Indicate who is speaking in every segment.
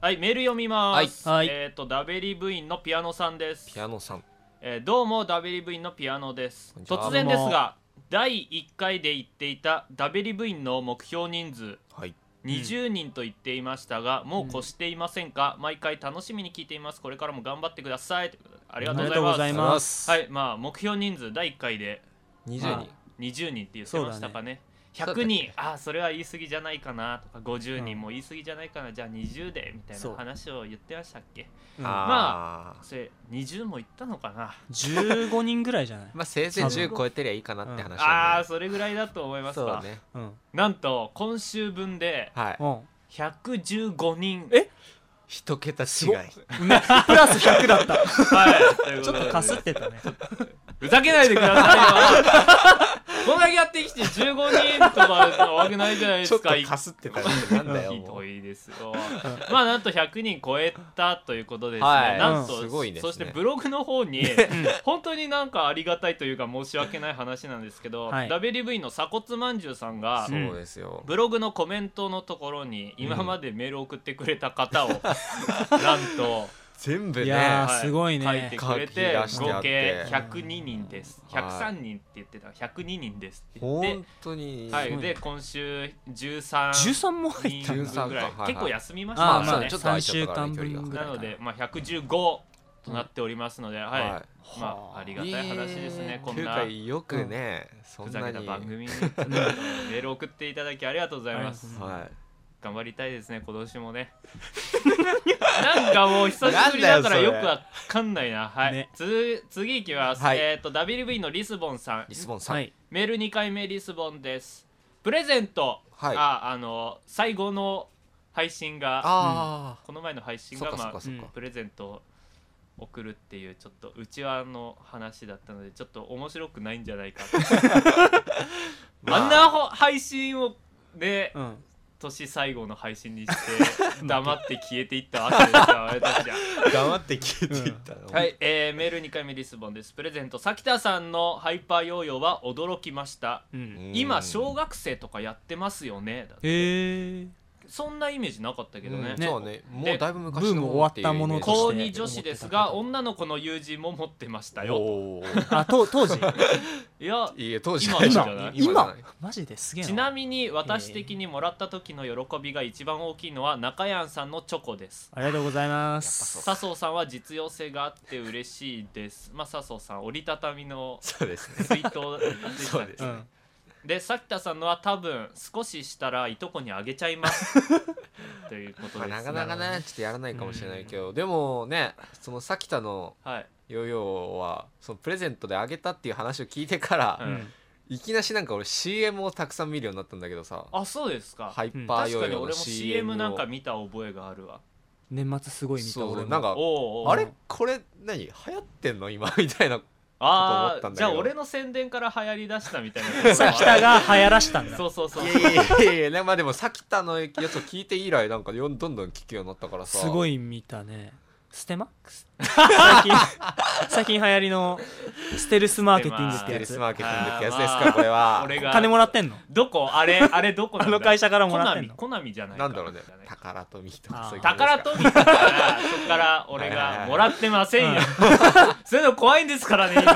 Speaker 1: はい、メール読みます。
Speaker 2: はい
Speaker 1: えっ、と、ダベリ部員のピアノさんです。
Speaker 3: ピアノさん
Speaker 1: えーどうもダベリ部員のピアノです
Speaker 3: こんにちは
Speaker 1: 突然ですが第1回で言っていたダベリ部員の目標人数
Speaker 3: はい
Speaker 1: 20人と言っていましたが、もう越していませんか、毎回楽しみに聞いていますこれからも頑張ってくださいということでありがとうございます
Speaker 2: ありがとうござい
Speaker 3: ま
Speaker 2: ます
Speaker 1: はいまあ目標人数第1回で
Speaker 3: 20
Speaker 2: ま
Speaker 3: 人
Speaker 1: 20人って言ってましたかね
Speaker 3: そうだ
Speaker 1: 100人
Speaker 3: ね
Speaker 1: あそれは言い過ぎじゃないかなとか50
Speaker 2: う
Speaker 1: 人
Speaker 2: ん
Speaker 1: も言い過ぎじゃないかな、じゃあ20でみたい
Speaker 2: そ
Speaker 1: な
Speaker 2: う
Speaker 1: 話を言ってましたっけ
Speaker 2: うん
Speaker 3: あー
Speaker 1: それ20も言ったのかな
Speaker 2: 15人ぐらいじゃない、
Speaker 3: まあせいぜい
Speaker 2: 多分
Speaker 3: 10超えてりゃいいかなって話
Speaker 1: あ
Speaker 3: だ
Speaker 1: あそれぐらいだと思い
Speaker 3: ね
Speaker 1: ます
Speaker 3: そう
Speaker 1: か
Speaker 3: だね
Speaker 2: うん
Speaker 1: なんと今週分で
Speaker 3: はい
Speaker 2: うん、
Speaker 1: 115人
Speaker 2: え
Speaker 3: 一桁違い
Speaker 2: プラス100だった
Speaker 1: はいという こ
Speaker 2: ち
Speaker 1: と
Speaker 2: ょっと
Speaker 1: で
Speaker 2: かすってたね
Speaker 1: ふざけないでくださいよこんだけやってきて15人とかなわけないじゃないで
Speaker 3: ちょ
Speaker 1: す
Speaker 3: っと
Speaker 1: か
Speaker 3: かすってたりしてなんだよ
Speaker 1: ひ
Speaker 3: も
Speaker 1: ど
Speaker 3: う
Speaker 1: いですよまあなんと100人超えたということですね、
Speaker 3: はい
Speaker 1: なんと、
Speaker 3: うんすごいです
Speaker 1: そ
Speaker 3: ね
Speaker 1: してブログの方に本当になんかありがたいというか申し訳ない話なんですけど、
Speaker 2: はい
Speaker 1: WV の鎖骨まんじゅうさんが
Speaker 2: うん
Speaker 3: そうですよ
Speaker 1: ブログのコメントのところに
Speaker 3: うん
Speaker 1: 今までメールを送ってくれた方 を、なんと、
Speaker 3: 全部
Speaker 2: い
Speaker 3: ね
Speaker 2: やーすご
Speaker 1: 書
Speaker 2: い
Speaker 1: い
Speaker 2: ね
Speaker 1: てくれて
Speaker 3: 書き出してあ
Speaker 1: 合
Speaker 3: って
Speaker 1: 計102人です
Speaker 3: はい
Speaker 1: 103人って言ってた102人ですって言っ
Speaker 3: 本当に
Speaker 1: て、は
Speaker 2: す
Speaker 1: い、
Speaker 2: ごい
Speaker 1: で今週13
Speaker 2: 13も入った
Speaker 1: 人
Speaker 2: んだ
Speaker 3: 13
Speaker 1: ぐらい
Speaker 3: かはいはい
Speaker 1: 結構休みまし
Speaker 2: あ
Speaker 1: たか
Speaker 2: あ
Speaker 1: ら
Speaker 2: まあ
Speaker 3: ね
Speaker 1: ね
Speaker 2: ね
Speaker 3: ちょっと空い
Speaker 2: 3
Speaker 3: ちゃっ
Speaker 2: 週
Speaker 3: たからね
Speaker 2: 間分ぐら
Speaker 1: な
Speaker 2: いか
Speaker 1: ので、まあ、115となっておりますので、はい
Speaker 3: は
Speaker 1: ま
Speaker 2: は
Speaker 1: あ、ありがたい話ですね、
Speaker 2: えー
Speaker 1: こ
Speaker 3: とい
Speaker 1: ん
Speaker 3: う
Speaker 1: な
Speaker 3: かよくねそ
Speaker 1: ふ
Speaker 3: ん
Speaker 1: ざ
Speaker 3: な
Speaker 1: けた
Speaker 3: に
Speaker 1: 番
Speaker 3: は
Speaker 1: 組にメール送っていただきありがとうございます。
Speaker 3: い
Speaker 1: 頑張りたいですね今年も ねなんかもう久しぶりだから
Speaker 3: なんだ
Speaker 1: よ
Speaker 3: よそ
Speaker 1: く
Speaker 3: れ
Speaker 1: わかんないなはい、
Speaker 2: ね
Speaker 1: つ次いきます、
Speaker 3: はい
Speaker 1: えっ、と WV のリスボンさん
Speaker 3: リスボンさん
Speaker 2: は
Speaker 3: はい
Speaker 2: い
Speaker 1: メール2回目リスボンですプレゼント、
Speaker 3: あ
Speaker 1: ああの最後の配信が
Speaker 3: あ
Speaker 1: この前の配信
Speaker 3: ーそ
Speaker 1: が
Speaker 3: っかそ
Speaker 1: ま
Speaker 3: っ
Speaker 1: あ
Speaker 3: かそっ
Speaker 2: う
Speaker 3: か
Speaker 2: ん
Speaker 1: プレゼントを送るっていうちょっとうちわの話だったのでちょっと面白くないんじゃないか とあんなほ配信をね
Speaker 2: うん
Speaker 1: 年最後の配信にして黙って消えていったわけですよ俺たちは
Speaker 3: 頑張って聞いていったの
Speaker 1: はい、えーメール2回目リスボンですプレゼントさきたさんのハイパーヨーヨーは驚きました
Speaker 2: うん
Speaker 1: 今小学生とかやってますよねだ
Speaker 2: へえ
Speaker 1: そんなイメージなかったけどね,、
Speaker 3: うんそうねもうだいぶ昔
Speaker 2: ブーム終わったものとして
Speaker 1: 高
Speaker 2: こう
Speaker 1: 2女子ですが女の子の友人も持ってました
Speaker 3: よ
Speaker 1: よ
Speaker 2: あ と当時
Speaker 1: いや
Speaker 3: いいえ当時
Speaker 1: 今
Speaker 3: 大丈
Speaker 1: じゃ
Speaker 3: 夫
Speaker 1: ない
Speaker 2: 今マジですげえ
Speaker 1: ちなみに私的にもらった時の喜びが一番大きいのは中谷さんのチョコです
Speaker 2: ありがとうございま
Speaker 3: やっ
Speaker 2: す
Speaker 1: 笹生さんは実用性があって嬉しいですまあ笹生さん折りたたみの
Speaker 3: そうですね
Speaker 1: 水筒でした
Speaker 3: そ
Speaker 1: っ
Speaker 3: うで
Speaker 1: け
Speaker 3: す
Speaker 2: うん
Speaker 1: でさきたさんのは多分少ししたらいとこにあげちゃいます ということ
Speaker 3: ま
Speaker 1: で
Speaker 3: あ
Speaker 1: す
Speaker 3: なかなかねちょっとやらないかもしれないけどでもねそのさきたの
Speaker 1: はい
Speaker 3: ヨーヨーはそのプレゼントであげたっていう話を聞いてから、
Speaker 1: うん
Speaker 3: いきなしなんか俺 CM をたくさん見るようになったんだけどさ
Speaker 1: あそうですか
Speaker 3: ハイパー
Speaker 1: 確
Speaker 3: ヨ
Speaker 1: か
Speaker 3: ー
Speaker 1: に
Speaker 3: ヨ
Speaker 1: 俺
Speaker 3: ーの
Speaker 1: も
Speaker 3: CM
Speaker 1: CM
Speaker 3: を
Speaker 1: なんか見た覚えがあるわ
Speaker 2: 年末すごい見た
Speaker 3: そうそ
Speaker 2: 俺
Speaker 3: う
Speaker 2: も
Speaker 3: なん
Speaker 1: お
Speaker 3: か
Speaker 1: うおう
Speaker 3: あれこれ何流行ってんの今みたいな
Speaker 1: あ
Speaker 3: ちょっと思った
Speaker 1: ー
Speaker 3: んだけど
Speaker 1: じゃあ俺の宣伝から流行りだしたみたいな
Speaker 2: さ きたが流行らしたんだ
Speaker 1: そうそうそう
Speaker 3: いやいやいやいやねまあでもさきたのやつを聞いて以来なんかよんどんどん聞くようになったからさ
Speaker 2: すご
Speaker 3: い
Speaker 2: い見たね ステマックス最近最近流行りのステルスマーケティングって
Speaker 3: テ
Speaker 2: や
Speaker 3: レス
Speaker 2: つ
Speaker 3: マーケティングってやつです
Speaker 1: あーま
Speaker 3: か
Speaker 1: あ
Speaker 3: これは
Speaker 1: 俺が
Speaker 2: 金もらってんの
Speaker 1: どこあれあれど こなんだ
Speaker 2: あの会社からもらってんの
Speaker 1: コナミコナミじゃないか
Speaker 3: なんだろうね宝富とかそういう感じです
Speaker 1: 宝
Speaker 3: か
Speaker 1: 富だからそっから俺がもらってませんよ そういうの怖いんですからね 今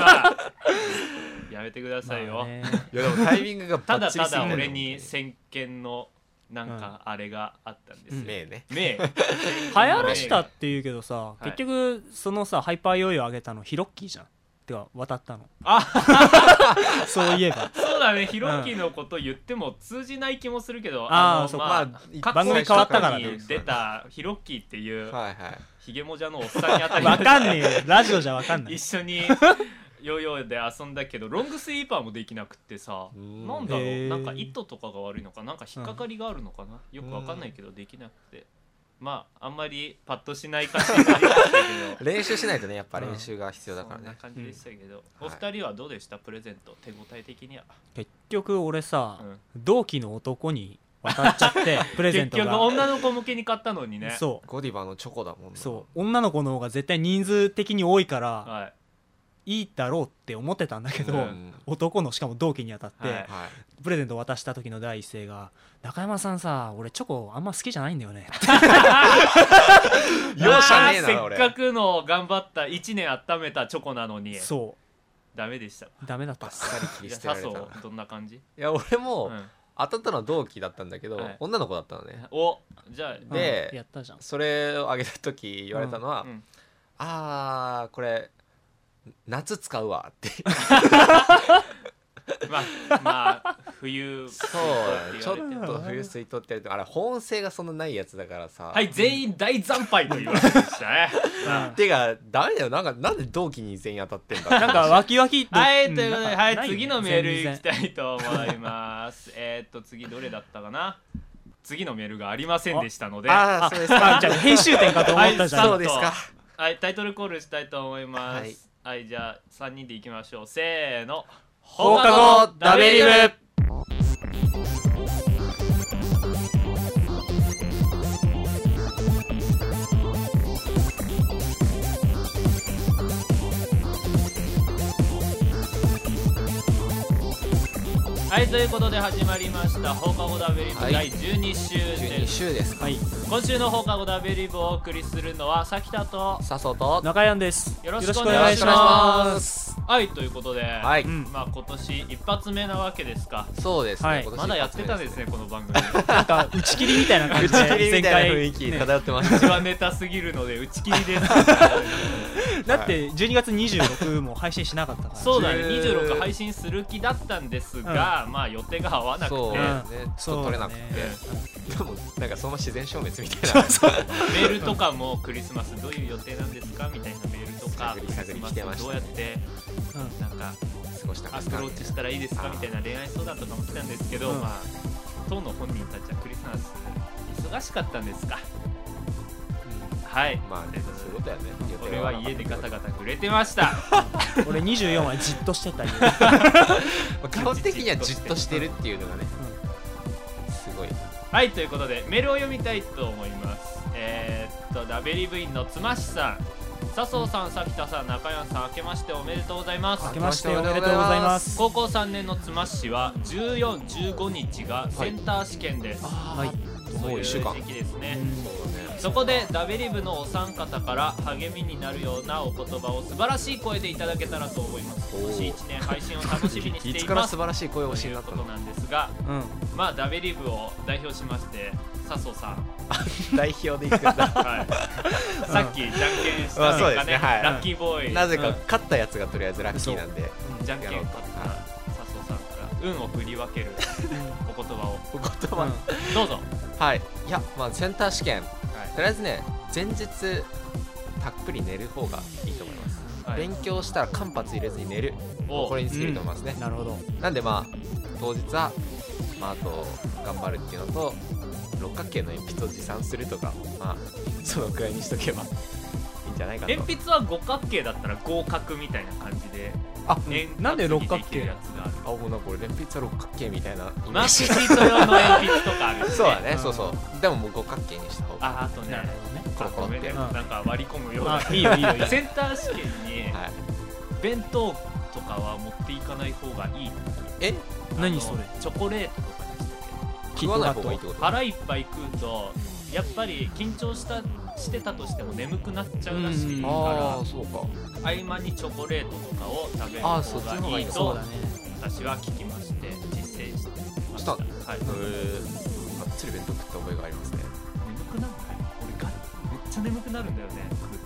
Speaker 1: やめてくださいよ、
Speaker 2: まあね
Speaker 3: いやでもタイミングが
Speaker 1: た
Speaker 3: バッ
Speaker 1: だ
Speaker 3: チリ
Speaker 1: た
Speaker 3: すぎ
Speaker 1: だ
Speaker 3: て
Speaker 1: 俺に先見のなんかあれがあったんです
Speaker 2: うん
Speaker 1: ね。
Speaker 3: ねえね
Speaker 1: ねえ
Speaker 2: 流行らしたっていうけどさ
Speaker 1: い
Speaker 2: 結局そのさハイパーヨーヨー上げたのヒロッキーじゃんてか渡ったの
Speaker 1: あ
Speaker 2: そういえば
Speaker 1: そうだねヒロキのこと言っても通じない気もするけど、
Speaker 2: あー
Speaker 1: の
Speaker 2: そう
Speaker 1: ま
Speaker 3: まあ
Speaker 1: 過去
Speaker 2: 番組変わったからね
Speaker 1: に出たヒロキっていう
Speaker 3: はいはい
Speaker 1: ヒゲもじゃのおっさんにあたり
Speaker 2: わかんねえよラジオじゃわかんない
Speaker 1: 一緒 にヨーヨーで遊んだけどロングスイーパーもできなくってさ
Speaker 3: うん
Speaker 1: なんだろ
Speaker 2: へ
Speaker 1: う
Speaker 2: ー
Speaker 1: なんか糸とかが悪いのかなんか引っかかりがあるのかな、よくわかんないけどできなくてまああんまりパッとしない感じになりましたけど
Speaker 3: 練習しないとねやっぱ練習が 必要だから
Speaker 1: そんな
Speaker 3: ね
Speaker 1: 感じでしたけど、
Speaker 3: うん
Speaker 1: お二人はどうでしたプレゼント手応え的には、
Speaker 2: 結局俺さ
Speaker 1: うん
Speaker 2: 同期の男に渡っちゃって プレゼン
Speaker 1: 結
Speaker 2: ト
Speaker 1: 局
Speaker 2: が
Speaker 1: 女の子向けに買ったのにね
Speaker 2: そ
Speaker 3: ゴディバのチョコだもん
Speaker 2: う
Speaker 3: な
Speaker 2: そう女の子の方が絶対人数的に多いから
Speaker 1: はい
Speaker 2: いいだろうって思ってたんだけど
Speaker 3: うん
Speaker 2: 男のしかも同期に当たって、
Speaker 1: はい
Speaker 3: はい
Speaker 2: プレゼント渡した時の第一声が「中山さんさ俺チョコあんま好きじゃないんだよね」
Speaker 3: ねえ
Speaker 1: せ
Speaker 3: な
Speaker 1: っ
Speaker 3: 俺
Speaker 1: かくの頑張った1年温めたチョコなのに
Speaker 2: そ
Speaker 1: ダメでした
Speaker 2: うダメだった
Speaker 3: バッサリ切
Speaker 1: い
Speaker 3: り
Speaker 1: や
Speaker 3: 捨てら
Speaker 1: 笹
Speaker 3: れたない
Speaker 1: 生どんな感じ、
Speaker 3: や俺も、
Speaker 1: うん
Speaker 3: 当たったのは同期だったんだけど、
Speaker 1: はい
Speaker 3: 女の子だったのね
Speaker 1: おじゃ
Speaker 2: うん
Speaker 3: で
Speaker 2: やったじゃん
Speaker 3: それをあげた時言われたの
Speaker 1: あ、
Speaker 3: は「
Speaker 1: うん
Speaker 3: あーこれ夏使うわ」って
Speaker 1: まあまあ冬
Speaker 3: そうだねちょっと冬水筒ってやるとあれ本性がそんなないやつだからさ、
Speaker 1: はい全員大惨敗というわけでした ね
Speaker 2: うん
Speaker 3: てかダメだよなんかなんで同期に全員当たってんだ
Speaker 2: なんかワキワキって
Speaker 1: はい
Speaker 2: ん
Speaker 1: ということで、
Speaker 2: なんか
Speaker 1: は
Speaker 2: ないよね
Speaker 1: 次のメール
Speaker 2: 全
Speaker 1: い
Speaker 2: 然
Speaker 1: きたいと思います えーっと次どれだったかな次のメールがありませんでしたので
Speaker 3: ああ
Speaker 2: あ
Speaker 3: そうです
Speaker 2: あ
Speaker 3: か
Speaker 2: じゃあ編集点かと思ったじゃん、
Speaker 3: そうですか
Speaker 1: はい、タイトルコールしたいと思います。はい、じゃあ三人で行きましょう。せーの。
Speaker 2: 放課後ダベリブ
Speaker 1: はい、ということで始まりました放課後ダベリブ
Speaker 3: はい
Speaker 1: 第12週
Speaker 3: 12
Speaker 1: です。
Speaker 3: 週ですか
Speaker 2: はい
Speaker 1: 今週の放課後ダベリブをお送りするのはさきたと。
Speaker 3: 笹生と
Speaker 2: 中山です
Speaker 1: よろしくお願いし
Speaker 2: よろくお願
Speaker 1: ま
Speaker 2: いし
Speaker 3: す
Speaker 1: はい、ということで、
Speaker 3: はい、
Speaker 2: うん
Speaker 1: まあ今年一発目なわけですか。
Speaker 3: そうですね、
Speaker 2: はい
Speaker 3: 今年
Speaker 1: まだやってたんですね、この番 組。
Speaker 2: なんか打ち切りみたいな感
Speaker 3: 打
Speaker 2: じ
Speaker 3: ち
Speaker 2: で
Speaker 3: 切りみたいな雰
Speaker 2: 前
Speaker 3: 囲気漂ってまし
Speaker 1: う
Speaker 3: た
Speaker 1: ちはネタすぎるので打ち切り です。
Speaker 2: 回だって12月26も配信しなかったから
Speaker 1: そうだね、
Speaker 3: へー
Speaker 1: 26配信する気だったんですが、まあ予定が合わなくて、
Speaker 3: そう
Speaker 1: メ
Speaker 3: ねちょっと取れなくて、
Speaker 2: そうだね
Speaker 3: でもなんかそのまま自然消滅みたいな
Speaker 1: ールとかもクリスマスどういう予定なんですかみたいなメールとか、ク
Speaker 3: 探り
Speaker 1: リ
Speaker 3: 探
Speaker 1: ス
Speaker 3: り
Speaker 1: マ
Speaker 3: 来
Speaker 1: ス
Speaker 3: てまし
Speaker 1: どう
Speaker 3: た
Speaker 1: や
Speaker 3: ね
Speaker 1: って
Speaker 2: うん
Speaker 1: なんか
Speaker 3: 過ごしたんで
Speaker 1: ア
Speaker 3: す
Speaker 1: プ
Speaker 3: か
Speaker 1: ローチしたらいいですかみたいな恋愛相談とかも来たんですけど、
Speaker 2: うん
Speaker 1: まあ当の本人たちはクリスマス忙しかったんですかはい、
Speaker 3: まあねそういうことやね
Speaker 1: これは家でガタガタ震えてました
Speaker 2: 俺24はじっとしてたよ、
Speaker 3: まあ基本的にはじっとしてるっていうのがねすごい
Speaker 1: はいということでメールを読みたいと思いますえー、っとダベリブインのつましさん笹生さんさきたさん中山さん明けましておめでとうございます
Speaker 2: 明けましておめでとうございます
Speaker 1: 高校3年のつまし氏は1415日がセンター試験です、
Speaker 2: はい
Speaker 1: そう
Speaker 3: もう
Speaker 1: いう
Speaker 3: 一
Speaker 1: 時
Speaker 3: 週間
Speaker 1: 期ですね、
Speaker 3: そうね
Speaker 1: そこでダベリブのお三方から励みになるようなお言葉を素晴らしい声でいただけたらと思います
Speaker 3: おー
Speaker 1: 今年1年配信を楽しみにして
Speaker 3: い
Speaker 1: い
Speaker 3: つから
Speaker 1: ます
Speaker 3: 素晴らしい声をお
Speaker 1: と
Speaker 3: し
Speaker 1: い
Speaker 3: にな
Speaker 1: う
Speaker 3: った
Speaker 1: こと
Speaker 3: の
Speaker 1: なんですが
Speaker 2: うん、
Speaker 1: まあダベリブを代表しまして笹生さん
Speaker 3: 代表でいく んだ
Speaker 1: はい、さっきじゃんけんした結
Speaker 3: まあ
Speaker 1: 果
Speaker 3: そう
Speaker 1: ね
Speaker 3: ですねはい
Speaker 1: ラッキーボーイ
Speaker 3: なぜ
Speaker 2: う
Speaker 3: か
Speaker 2: ん
Speaker 3: 勝ったやつがとりあえずラッキーなんで
Speaker 1: じゃんけん勝った
Speaker 3: は
Speaker 1: 笹生さんから運を振り分けるお言葉を
Speaker 3: お言
Speaker 2: うん
Speaker 3: 葉
Speaker 1: どうぞ、
Speaker 3: はいいやまあセンター試験
Speaker 1: は
Speaker 3: とりあえずね前日たっぷり寝る方がいいと思います
Speaker 1: いはい
Speaker 3: 勉強したら間髪入れずに寝る
Speaker 1: お
Speaker 3: これに尽きると思いますね
Speaker 2: なるほど
Speaker 3: なんでまあ当日はまああと頑張るっていうのと六角形の鉛筆を持参するとかまあそのくらいにしとけばいいんじゃないかなと
Speaker 1: 鉛筆は五角形だったら合角みたいな感じで
Speaker 3: あ
Speaker 1: 円滑に
Speaker 2: なんで六角形
Speaker 1: できるやつがある
Speaker 3: あもうなんか俺鉛筆は六角形みたいなイメ
Speaker 1: マー
Speaker 3: ー
Speaker 1: クシ
Speaker 3: ジ
Speaker 1: ート用の鉛筆とかあるし、ね、
Speaker 3: そうだね
Speaker 2: うん
Speaker 3: そうそうでももう五角形にした方が
Speaker 1: ああとね
Speaker 2: なるほどね
Speaker 3: コロコロ
Speaker 1: ご
Speaker 3: って
Speaker 1: めんね
Speaker 3: うん
Speaker 1: なんか割り込むような
Speaker 2: あいいよいい よいいよ
Speaker 1: センター試験に
Speaker 3: はい
Speaker 1: 弁当とかは持っていかない方がいい
Speaker 3: え
Speaker 2: 何それ
Speaker 1: あのチョコレートとかにして
Speaker 3: 食わない方がいいってこと
Speaker 1: 腹いっぱい食うとやっぱり緊張したしてたとしても眠くなっちゃうらしい
Speaker 2: うん
Speaker 3: あ
Speaker 1: か
Speaker 3: あそうから
Speaker 1: 合間にチョコレートとかを食べる
Speaker 3: あーそっちの
Speaker 1: 方
Speaker 3: 方
Speaker 1: が
Speaker 3: が
Speaker 1: いい
Speaker 3: いいの
Speaker 2: そ
Speaker 1: と
Speaker 2: うだね
Speaker 1: 私は聞きまして実践してました
Speaker 3: した
Speaker 1: はい、
Speaker 3: えーがっつり弁当食った覚えがありますね
Speaker 1: 眠くなるんだよ俺がめっちゃ眠くなるんだよね食う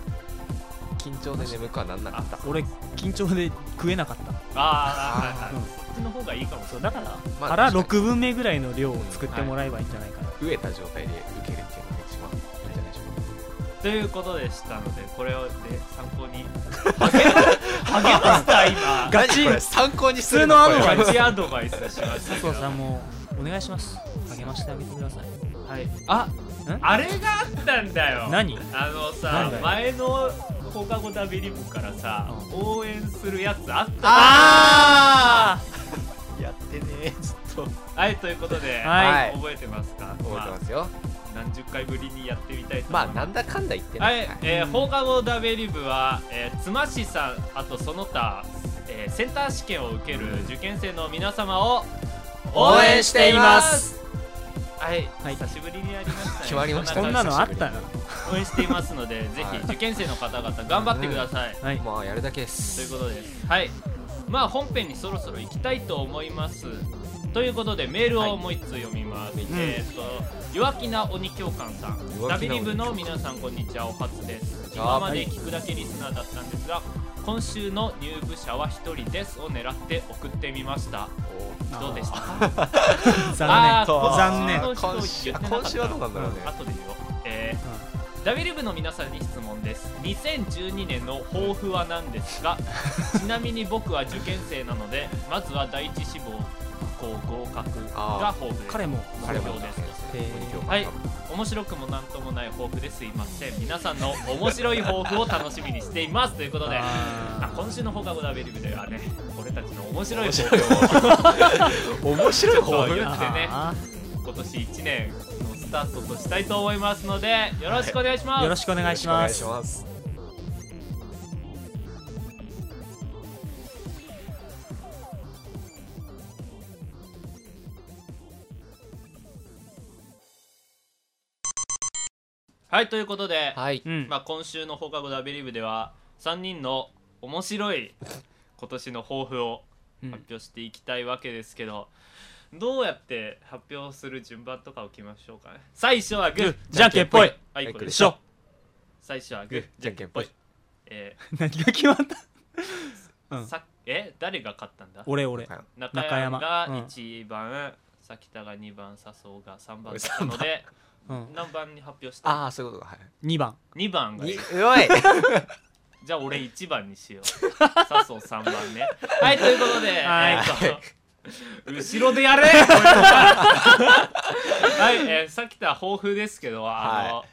Speaker 1: と
Speaker 3: 緊張で眠くはなんなかった
Speaker 2: 俺緊張で食えなかった
Speaker 1: あーあーはいはい
Speaker 2: うん
Speaker 1: そっちの方がいいかもしれない
Speaker 2: だから
Speaker 3: まあ
Speaker 2: 腹
Speaker 3: 確か
Speaker 2: 6分目ぐらいの量を作ってもらえばいいんじゃないかな、
Speaker 3: に飢えた状態で受けるっていうのが一番いいんじゃないでしょうか
Speaker 1: ということでしたのでこれをで参考に励ました今
Speaker 2: ガチ
Speaker 3: 何これ参考にする
Speaker 2: 普
Speaker 3: の
Speaker 2: 通のある
Speaker 1: ガチアドバイスしましたけ
Speaker 2: そ
Speaker 1: ど
Speaker 2: うさんもうお願いします励ましてあげてください
Speaker 1: はいああれがあったんだよ
Speaker 2: 何
Speaker 1: あの
Speaker 2: な
Speaker 1: さ
Speaker 2: んだよ
Speaker 1: 前の放課後ダビリブからさ、応援するやつあった
Speaker 3: ああやってねえずっと覚
Speaker 1: はいということで、
Speaker 2: はい
Speaker 1: 覚えてますか
Speaker 3: えてますよ
Speaker 1: あ、何十回ぶりにやってみたいと思
Speaker 3: まあ
Speaker 1: います
Speaker 3: なんだかんだ言って
Speaker 1: は
Speaker 3: ね
Speaker 1: い、えー放課後ダベリブは、えー、つましさんあとその他、えーセンター試験を受ける受験生の皆様を
Speaker 3: 応援しています
Speaker 1: はい、
Speaker 2: はい
Speaker 1: 久しぶりにやりましたね
Speaker 3: 決まりました
Speaker 2: こんなのあった
Speaker 3: 久
Speaker 2: な
Speaker 3: し
Speaker 1: 応援していますので、ぜ
Speaker 3: はい
Speaker 1: ひ受験生の方々頑張ってください。
Speaker 2: はい
Speaker 3: まあやるだけで
Speaker 1: という
Speaker 3: す
Speaker 1: ことです。はい。まあ本編にそろそろ行きたいと思います。ということでメールをもう一通読みます。
Speaker 3: はい
Speaker 1: えっ、と弱気な鬼教官さん、
Speaker 3: 弱気な鬼教官
Speaker 1: ダビリブの皆さんこんにちはお初です。
Speaker 3: あー
Speaker 1: 今まで聞くだけリスナーだったんですが、今週の入部者は一人ですを狙って送ってみました。どうでした？あ
Speaker 2: 残
Speaker 1: ーこ
Speaker 2: 念残念
Speaker 1: この人
Speaker 3: 今週
Speaker 1: 言ってなかった
Speaker 3: 今週はどうなんだろうね
Speaker 1: 後で言おう。えーダビリブの皆さんに質問です2012年の抱負は何ですかちなみに僕は受験生なのでまずは第一志望校合格が抱負です
Speaker 2: 彼も
Speaker 3: 彼も
Speaker 1: 目標です
Speaker 2: へー
Speaker 3: 鬼教官
Speaker 1: はい面白くもなんともない抱負ですいません皆さんの面白い抱負を楽しみにしていますということであ
Speaker 2: あー
Speaker 1: 今週の放課後ダビリブではね俺たちの面白い抱負を
Speaker 3: 面白い方
Speaker 1: そう
Speaker 3: 法
Speaker 1: 言ってね
Speaker 2: あ
Speaker 1: 今年1年のスタートとしたいと思いますのでよろしくお願いします、
Speaker 2: ーよろしくお願いします
Speaker 3: お願いします
Speaker 1: はいということで、
Speaker 3: はい
Speaker 2: うん
Speaker 1: まあ、今週の放課後ダビリブでは3人の面白い今年の抱負を
Speaker 2: うん
Speaker 1: 発表していきたいわけですけど、どうやって発表する順番とかを決めましょうかね最初はグー
Speaker 2: じゃんけんぽい
Speaker 1: あい
Speaker 3: はい
Speaker 1: こで
Speaker 2: しょ
Speaker 1: 最初はグ
Speaker 3: グ
Speaker 1: ー
Speaker 3: ーじゃんけんぽい
Speaker 1: え
Speaker 2: 何が決まった
Speaker 1: ー
Speaker 2: うん
Speaker 1: さえ誰が勝ったんだ
Speaker 2: 俺俺
Speaker 1: 中
Speaker 2: 中
Speaker 1: 山
Speaker 2: 山
Speaker 1: が
Speaker 2: うん
Speaker 1: 1番、崎田が2番笹生が3番だったので
Speaker 2: うん
Speaker 1: 何番に発表した
Speaker 3: ああそういうことかはい
Speaker 2: 2番
Speaker 1: 2番がいい
Speaker 3: おい
Speaker 1: じゃあ俺1番にしよう笹生3番ねはいということで、
Speaker 2: はい
Speaker 1: えーっと後ろでやれこういうのははい、えー、さっきとは抱負ですけどあの、
Speaker 3: は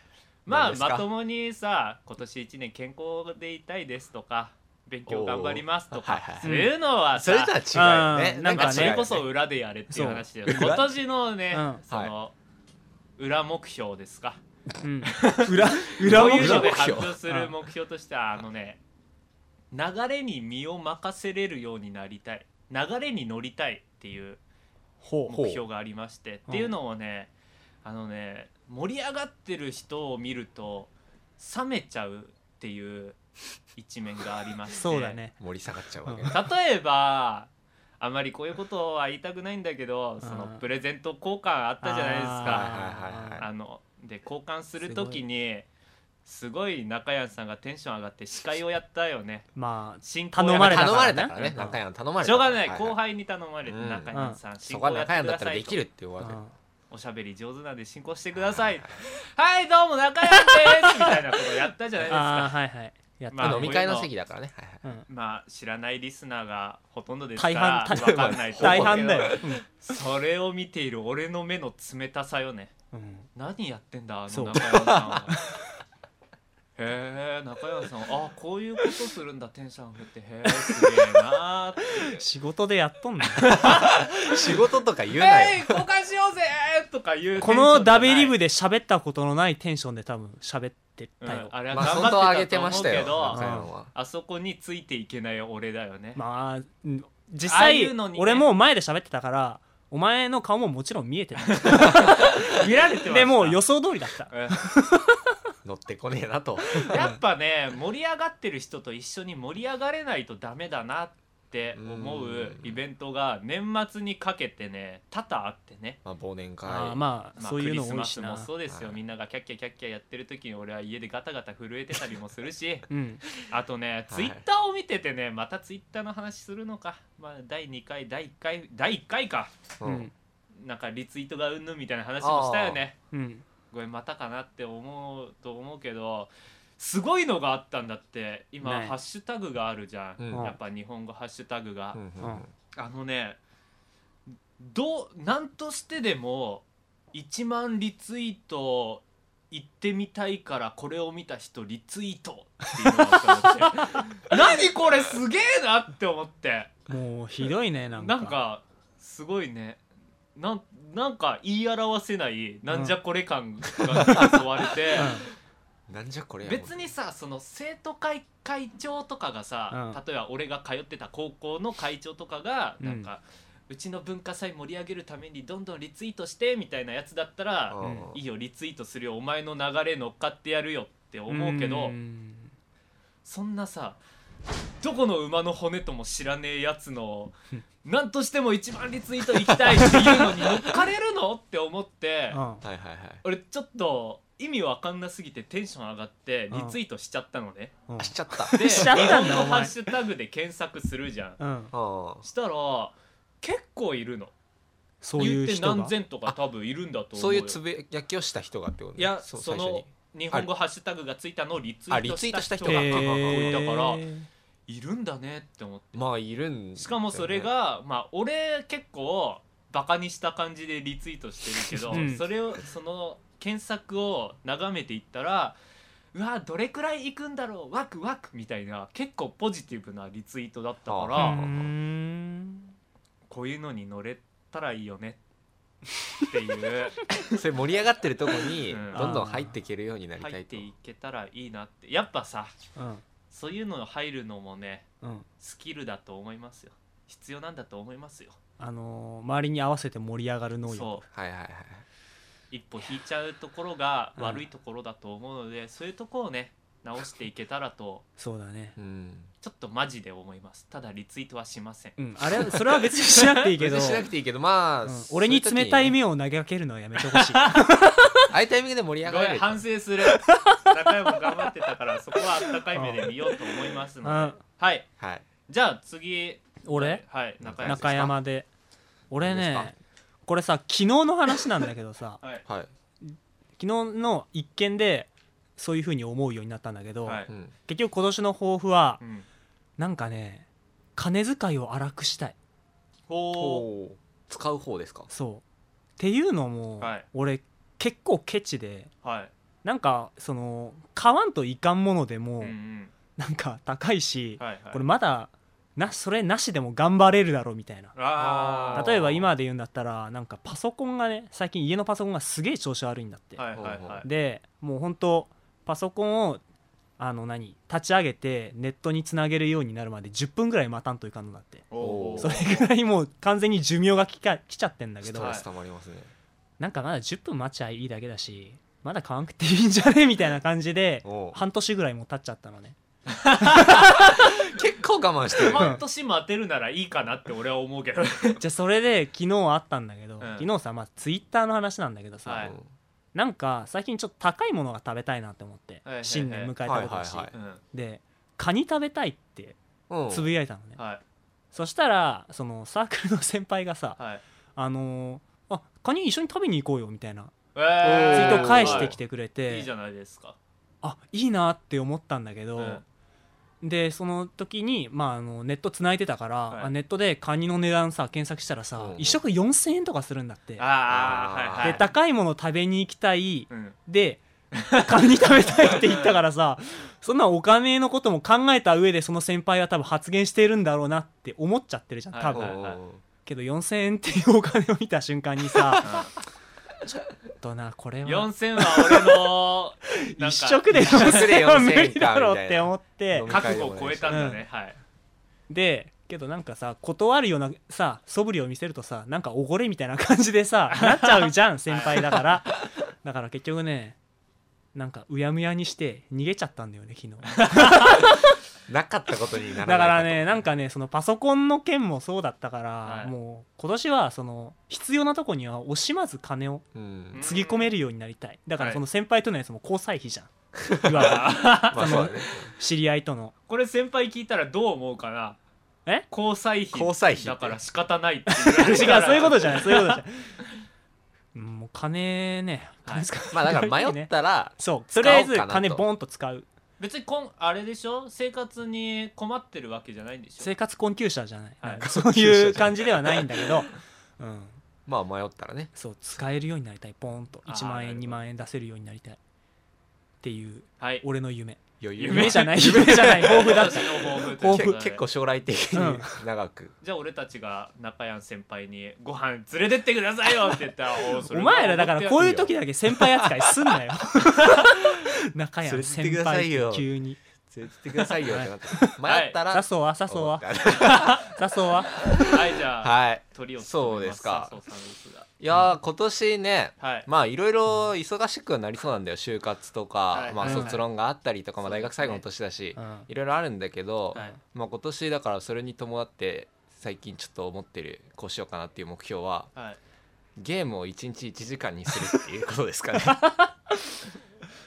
Speaker 1: ま
Speaker 3: 何
Speaker 1: あ
Speaker 3: ですか
Speaker 1: まともにさ今年1年健康でいたいですとか勉強頑張りますと
Speaker 3: おー
Speaker 1: か
Speaker 3: はいはい
Speaker 1: そういうのは
Speaker 3: そ
Speaker 1: さ、
Speaker 3: れとは違うよね
Speaker 2: うん
Speaker 1: なん
Speaker 2: な
Speaker 1: か
Speaker 2: んか
Speaker 1: そ
Speaker 2: ね
Speaker 1: れこそ裏でやれっていう話だよね
Speaker 2: そう
Speaker 1: 今年のね、
Speaker 2: うん
Speaker 1: その、裏目標ですか
Speaker 2: うん裏裏
Speaker 1: こう
Speaker 2: も
Speaker 1: いうの
Speaker 3: 裏
Speaker 1: で
Speaker 3: 目
Speaker 1: 発
Speaker 3: 標
Speaker 1: 表する目標としてはあのね流れに身を任せれるようになりたい流れに乗りたいっていう
Speaker 2: ほう
Speaker 1: 目標がありましてっていうのをねあのね盛り上がってる人を見ると冷めちゃうっていう一面がありまして
Speaker 2: そうだね
Speaker 3: 盛り下がっちゃうわけ
Speaker 2: うん
Speaker 1: 例えばあまりこういうことは言いたくないんだけどその
Speaker 2: うん
Speaker 1: プレゼント交換あったじゃないですか。
Speaker 3: はいはいはいは
Speaker 1: あので交換する時にすごい中谷さんがテンション上がって司会をやったよね
Speaker 2: まあ
Speaker 1: 進行
Speaker 2: 頼まれた
Speaker 1: やっ
Speaker 3: 頼まれ
Speaker 2: だ
Speaker 3: た
Speaker 2: か
Speaker 3: かららね
Speaker 2: ね
Speaker 3: 中山頼まれ
Speaker 1: し
Speaker 3: た
Speaker 1: ょうがない、
Speaker 3: は
Speaker 1: 後輩に頼まれて
Speaker 3: うん
Speaker 1: 中谷さん、進
Speaker 3: そ
Speaker 1: 行
Speaker 3: こは
Speaker 1: やって
Speaker 3: 中山
Speaker 1: く
Speaker 3: だ
Speaker 1: だ
Speaker 3: ったら
Speaker 1: さい
Speaker 3: で
Speaker 1: と
Speaker 3: きるっていうわけ
Speaker 2: うん
Speaker 1: おしゃべり上手なんで進行してくださいはいどうも中谷ですみたいなことやったじゃないです
Speaker 2: ああ
Speaker 1: か
Speaker 2: はいはいやった
Speaker 1: まあ
Speaker 2: ね
Speaker 3: 飲み会の席だからねはいはい
Speaker 2: うん
Speaker 1: まあ知らないリスナーがほとんどですか
Speaker 2: 大
Speaker 1: ら
Speaker 2: 半
Speaker 1: 分かんないと思うけど
Speaker 2: 大半だよ
Speaker 1: それを見ている俺の目の冷たさよね
Speaker 2: うんうん
Speaker 1: 何やってんだあ
Speaker 2: そ
Speaker 1: の
Speaker 2: う
Speaker 1: 中山さんはへえ中山さんあこういうことするんだテンション振ってへえすげえなーって
Speaker 2: 仕事でやっ とんの
Speaker 3: 仕事とか言うな
Speaker 1: えい
Speaker 3: よ
Speaker 1: 交換しようぜとか言う
Speaker 2: このダベリブ
Speaker 1: で
Speaker 2: で喋ったことのないテンションで多分喋ってたよ、
Speaker 1: あれは
Speaker 3: まあ
Speaker 1: 頑
Speaker 3: 相当
Speaker 1: 張っ
Speaker 3: 上
Speaker 1: てた
Speaker 3: げて
Speaker 1: と
Speaker 3: ま
Speaker 1: 思
Speaker 3: し
Speaker 1: う
Speaker 3: た
Speaker 1: け
Speaker 3: よ
Speaker 1: ど
Speaker 3: 中山は
Speaker 1: あそこについていけない俺だよね、
Speaker 2: まあうん実
Speaker 1: ああ
Speaker 2: 際
Speaker 1: いうのにね
Speaker 2: 俺もう前で喋ってたからお前の顔ももちろん見えてた
Speaker 1: 見られてました
Speaker 2: でもう予想通りだった
Speaker 1: うん
Speaker 3: 乗ってこねえなと
Speaker 1: やっぱね盛り上がってる人と一緒に盛り上がれないとダメだなって思う
Speaker 3: うん
Speaker 1: イベントが年末にかけてね多々あってね
Speaker 3: まあ忘年会
Speaker 2: あーまあ、
Speaker 1: まあ、
Speaker 2: そう
Speaker 1: ク
Speaker 2: いう
Speaker 1: リ
Speaker 2: の
Speaker 1: ス
Speaker 2: 多
Speaker 1: マ
Speaker 2: いし
Speaker 1: ス
Speaker 2: な
Speaker 1: もそうですよ、
Speaker 3: はい
Speaker 1: みんながキャッキャキャッキャやってる時に俺は家でガタガタ震えてたりもする し
Speaker 2: うん
Speaker 1: あとねツイッターを見ててねまたツイッターの話するのか、まあ、第2回第1回第1回か
Speaker 3: う
Speaker 2: うんん
Speaker 1: なんかリツイートがうんぬんみたいな話もしたよね
Speaker 2: うん
Speaker 1: ごめんまたかなって思うと思うけどすごいのがあったんだって今、
Speaker 2: ね
Speaker 1: ハッシュタグがあるじゃん、
Speaker 3: うん
Speaker 1: やっぱ日本語ハッシュタグが、
Speaker 3: うんうんうん
Speaker 1: あのねどうなんとしてでも1万リツイート行ってみたいからこれを見た人リツイートっていうのがあったので 何これすげえなって思って
Speaker 2: もうひどいねな
Speaker 1: なんん
Speaker 2: か
Speaker 1: かすごいねなんなんか言い表せないなんじゃこれ感 が襲われて、
Speaker 3: なんじゃこれや
Speaker 1: 別にさその生徒会会長とかがさ、
Speaker 2: うん
Speaker 1: 例えば俺が通ってた高校の会長とかが
Speaker 2: うん
Speaker 1: なんか、うちの文化祭盛り上げるためにどんどんリツイートしてみたいなやつだったら
Speaker 3: うん
Speaker 1: いいよリツイートするよお前の流れ乗っかってやるよって思うけど
Speaker 2: ん
Speaker 1: そんなさどこの馬の骨とも知らねえやつ のなんとしても1万リツイート行きたいっていうのに乗っかれるのって思って
Speaker 2: うん
Speaker 3: はいはいはい
Speaker 1: 俺ちょっと意味わかんなすぎてテンション上がってリツイートしちゃったのね
Speaker 2: うん
Speaker 3: あしちゃった
Speaker 1: で
Speaker 2: し
Speaker 1: 日
Speaker 2: ちゃっ
Speaker 1: 本
Speaker 2: たんだ
Speaker 1: の
Speaker 2: お前
Speaker 1: ハッシュタグで検索するじゃん
Speaker 2: うん
Speaker 3: あ
Speaker 1: したら結構いるの
Speaker 2: そういう人が
Speaker 1: 言って何千とか多分いるんだと思うよ
Speaker 3: そういうつぶやきをした人がってことね
Speaker 1: いや
Speaker 3: そ
Speaker 1: そう
Speaker 3: 最初
Speaker 1: の
Speaker 3: に
Speaker 1: 日本語ハッシュタグがついたのをリツイ
Speaker 3: あリツイ
Speaker 1: ー
Speaker 3: ート
Speaker 1: ト
Speaker 3: し
Speaker 1: したた
Speaker 3: 人
Speaker 1: 人
Speaker 3: が
Speaker 1: が
Speaker 3: へ
Speaker 1: 結構いたから
Speaker 2: へー
Speaker 1: いるんだねって思って
Speaker 3: まあいるんだよね
Speaker 1: しかもそれが、まあ俺結構バカにした感じでリツイートしてるけど、
Speaker 2: うん
Speaker 1: それをその検索を眺めていったらうわどれくらいいくんだろうワクワクみたいな結構ポジティブなリツイートだったか
Speaker 2: う
Speaker 1: ら、
Speaker 3: あ
Speaker 2: ーん
Speaker 1: こういうのに乗れたらいいよねっていう
Speaker 3: それ盛り上がってるとこに
Speaker 1: うん
Speaker 3: どんどん入っていけるようになりた
Speaker 1: 入っ
Speaker 3: いと
Speaker 1: ていけたらいいなってやっぱさ
Speaker 2: うん
Speaker 1: そういうの入るのもね
Speaker 2: うん
Speaker 1: スキルだと思いますよ必要なんだと思いますよ
Speaker 2: あのー周りに合わせて盛り上がる能力
Speaker 1: そう
Speaker 3: はいはいはい
Speaker 1: 一歩引いちゃうところが
Speaker 2: うん
Speaker 1: 悪いところだと思うので、そういうところをね直していけたらと
Speaker 2: そうだね
Speaker 3: うん
Speaker 1: ちょっとマジで思いますただリツイートはしません
Speaker 2: うんあれはそれは別にしなくていいけど
Speaker 3: 別にしなくていいけどまあ
Speaker 2: うん
Speaker 3: そう
Speaker 2: 俺に
Speaker 3: う時ね
Speaker 2: 冷たい目を投げかけるのはやめてほしい
Speaker 3: ああいうタイミングで盛り上
Speaker 1: ご
Speaker 3: が
Speaker 1: め
Speaker 3: れ
Speaker 1: ん
Speaker 3: る
Speaker 1: 反省する中山も頑張ってたからそこはあったかい目で見ようと思いますので
Speaker 2: あ
Speaker 1: はい
Speaker 3: はい
Speaker 1: じゃあ次
Speaker 2: 俺
Speaker 1: はい中山
Speaker 2: 中山で俺
Speaker 3: いいです
Speaker 2: ねこれさ昨日の話なんだけどさ
Speaker 1: はい
Speaker 3: はい
Speaker 2: 昨日の一件でそういうふうに思うようになったんだけど、
Speaker 1: はい
Speaker 3: うん
Speaker 2: 結局今年の抱負は
Speaker 1: うん
Speaker 2: なんかね金遣いを荒くしたい
Speaker 1: ほ
Speaker 3: おー使う方ですか
Speaker 2: そうっていうのも、
Speaker 1: はい
Speaker 2: 俺結構ケチで
Speaker 1: うはい
Speaker 2: なんかその買わんといかんものでも、
Speaker 1: うんうん
Speaker 2: なんか高いし、
Speaker 1: はいはい
Speaker 2: これまだなそれなしでも頑張れるだろうみたいな
Speaker 1: あー
Speaker 2: 例えば今で言うんだったらなんかパソコンがね最近家のパソコンがすげえ調子悪いんだって、
Speaker 1: はいはいはい
Speaker 2: でもう本当パソコンをあの何立ち上げてネットにつなげるようになるまで10分ぐらい待たんといかんのだって
Speaker 1: おー
Speaker 2: それぐらいもう完全に寿命がきか来ちゃってんだけ
Speaker 3: ス
Speaker 2: ど、
Speaker 3: トレス溜まりますね
Speaker 2: なんかまだ10分待ちゃいいだけだしまだ買わんくていいんじゃねみたいな感じで
Speaker 3: おー
Speaker 2: 半年ぐらいも経っちゃったのね
Speaker 3: 結構我慢してる
Speaker 1: 半年待てるならいいかなって俺は思うけ ど
Speaker 2: じゃあそれで昨日あったんだけど、
Speaker 1: ん
Speaker 2: 昨日さ、まあ、ツイッターの話なんだけどさ、
Speaker 1: はい
Speaker 3: うん
Speaker 2: なんか最近ちょっと高いものが食べたいなって思って、
Speaker 1: はいはいはい
Speaker 2: 新年迎えたことだし、
Speaker 3: はいはいは
Speaker 1: うん
Speaker 2: でカニ食べたいって
Speaker 3: うん
Speaker 2: つぶやいたのね、
Speaker 1: はい
Speaker 2: そしたらそのサークルの先輩がさ
Speaker 1: はい
Speaker 2: あのーあカニ一緒に食べに行こうよみたいな
Speaker 1: ツイ
Speaker 2: ツイ
Speaker 3: ー
Speaker 2: ートを返してき
Speaker 1: て
Speaker 2: てくれて、
Speaker 1: いいじゃないですか
Speaker 2: あいいなって思ったんだけど、
Speaker 1: うん
Speaker 2: でその時に、まあ、あのネット繋いでたから、
Speaker 1: はい
Speaker 2: あネットでカニの値段さ検索したらさ、
Speaker 3: うん
Speaker 2: 一食4000円とかするんだって
Speaker 1: ああ
Speaker 3: ー
Speaker 1: はい
Speaker 2: で
Speaker 1: はい
Speaker 2: 高いもの食べに行きたい
Speaker 1: うん
Speaker 2: でカニ食べたいって言ったからさそんなお金のことも考えた上でその先輩は多分発言してるんだろうなって思っちゃってるじゃん多分、
Speaker 1: はいはい
Speaker 3: うん
Speaker 2: けど4000円っていうお金を見た瞬間 にさとなこれは
Speaker 1: 4000は俺のなんか
Speaker 2: 一食で4000円は無理だろうって思って
Speaker 3: 飲み
Speaker 1: 覚悟を超えたんだねはい
Speaker 2: でけどなんかさ断るようなさ素振りを見せるとさなんかおごれみたいな感じ でさなっちゃうじゃん先輩だからだから結局ねなんかうやむやにして逃げちゃったんだよね昨日
Speaker 3: なかったことにな
Speaker 2: だ
Speaker 3: らない
Speaker 2: からねなん
Speaker 3: か
Speaker 2: かねそのパソコンの件もそうだったから、
Speaker 1: はい
Speaker 2: もう今年はその必要なとこには惜しまず金を
Speaker 3: とうん
Speaker 2: つぎ込めるようになりたいだから
Speaker 1: はい
Speaker 2: その先輩とのやつも交際費じ ゃんいわば
Speaker 3: まあそうだね
Speaker 2: 知り合いと の
Speaker 1: これ先輩聞いたらどう思うかな
Speaker 2: え
Speaker 1: 交際費
Speaker 3: 交際費
Speaker 1: だから仕方ないって言わ
Speaker 2: 違う
Speaker 1: れ
Speaker 2: そ
Speaker 1: たら
Speaker 2: ういうことじゃないそういうことじゃないうんもう金ね金使う
Speaker 3: まあだか ら迷ったら
Speaker 2: そう
Speaker 3: 使お
Speaker 2: と
Speaker 3: う
Speaker 2: りあえず
Speaker 3: かなと
Speaker 2: 金ボンと使う
Speaker 1: 別にこんあれでしょ生活に困ってるわけじゃないんでしょ
Speaker 2: 生活困窮者じゃない、
Speaker 1: はい
Speaker 2: なんか そういう感じではないんだけど、うん、
Speaker 3: まあ迷ったらね
Speaker 2: そう使えるようになりたいポンと
Speaker 1: あー
Speaker 2: 1万
Speaker 1: なる
Speaker 2: 円
Speaker 1: ほど
Speaker 2: 2万円出せるようになりたいっていう
Speaker 1: はい
Speaker 2: 俺の夢
Speaker 3: 余 裕
Speaker 2: 夢じゃない
Speaker 1: 夢
Speaker 2: 夢じゃない抱負だ
Speaker 1: 私の抱負という
Speaker 2: 抱
Speaker 1: こ
Speaker 2: 負
Speaker 1: と
Speaker 3: け
Speaker 1: で
Speaker 3: 結構将来的に長く
Speaker 1: じゃあ俺たちが中山先輩にご飯連れてってくださいよって言ったらおうそれ
Speaker 2: お
Speaker 1: は
Speaker 2: 前らだからこういう時だけ先輩扱いすんなよ 中
Speaker 3: 連れてっ
Speaker 2: 山
Speaker 3: て
Speaker 2: 先
Speaker 3: くださいよ
Speaker 2: 輩急に
Speaker 3: 連れてってくださいよってなって迷ったら、
Speaker 2: 笹生は笹生は
Speaker 3: 思った
Speaker 2: 笹生は
Speaker 1: はいじゃあ、
Speaker 3: はい
Speaker 1: 鳥を
Speaker 3: そ
Speaker 1: 務
Speaker 3: う
Speaker 1: め
Speaker 3: で
Speaker 1: ます
Speaker 3: すか
Speaker 1: 笹生さんですが
Speaker 3: いやー今年ね
Speaker 1: はい、
Speaker 3: まあいろいろ忙しくはなりそうなんだよ就活とか、
Speaker 1: はい
Speaker 3: まあ、
Speaker 2: はい
Speaker 3: 卒論があったりとか、ま
Speaker 1: そ
Speaker 3: あ、
Speaker 1: うですね
Speaker 3: 大学最後の年だし、
Speaker 2: うん
Speaker 3: いろいろあるんだけど、
Speaker 1: はい
Speaker 3: まあ、今年だからそれに伴って最近ちょっと思ってるこうしようかなっていう目標は
Speaker 1: はい、
Speaker 3: ゲームを1日1時間にするっていうことで すかね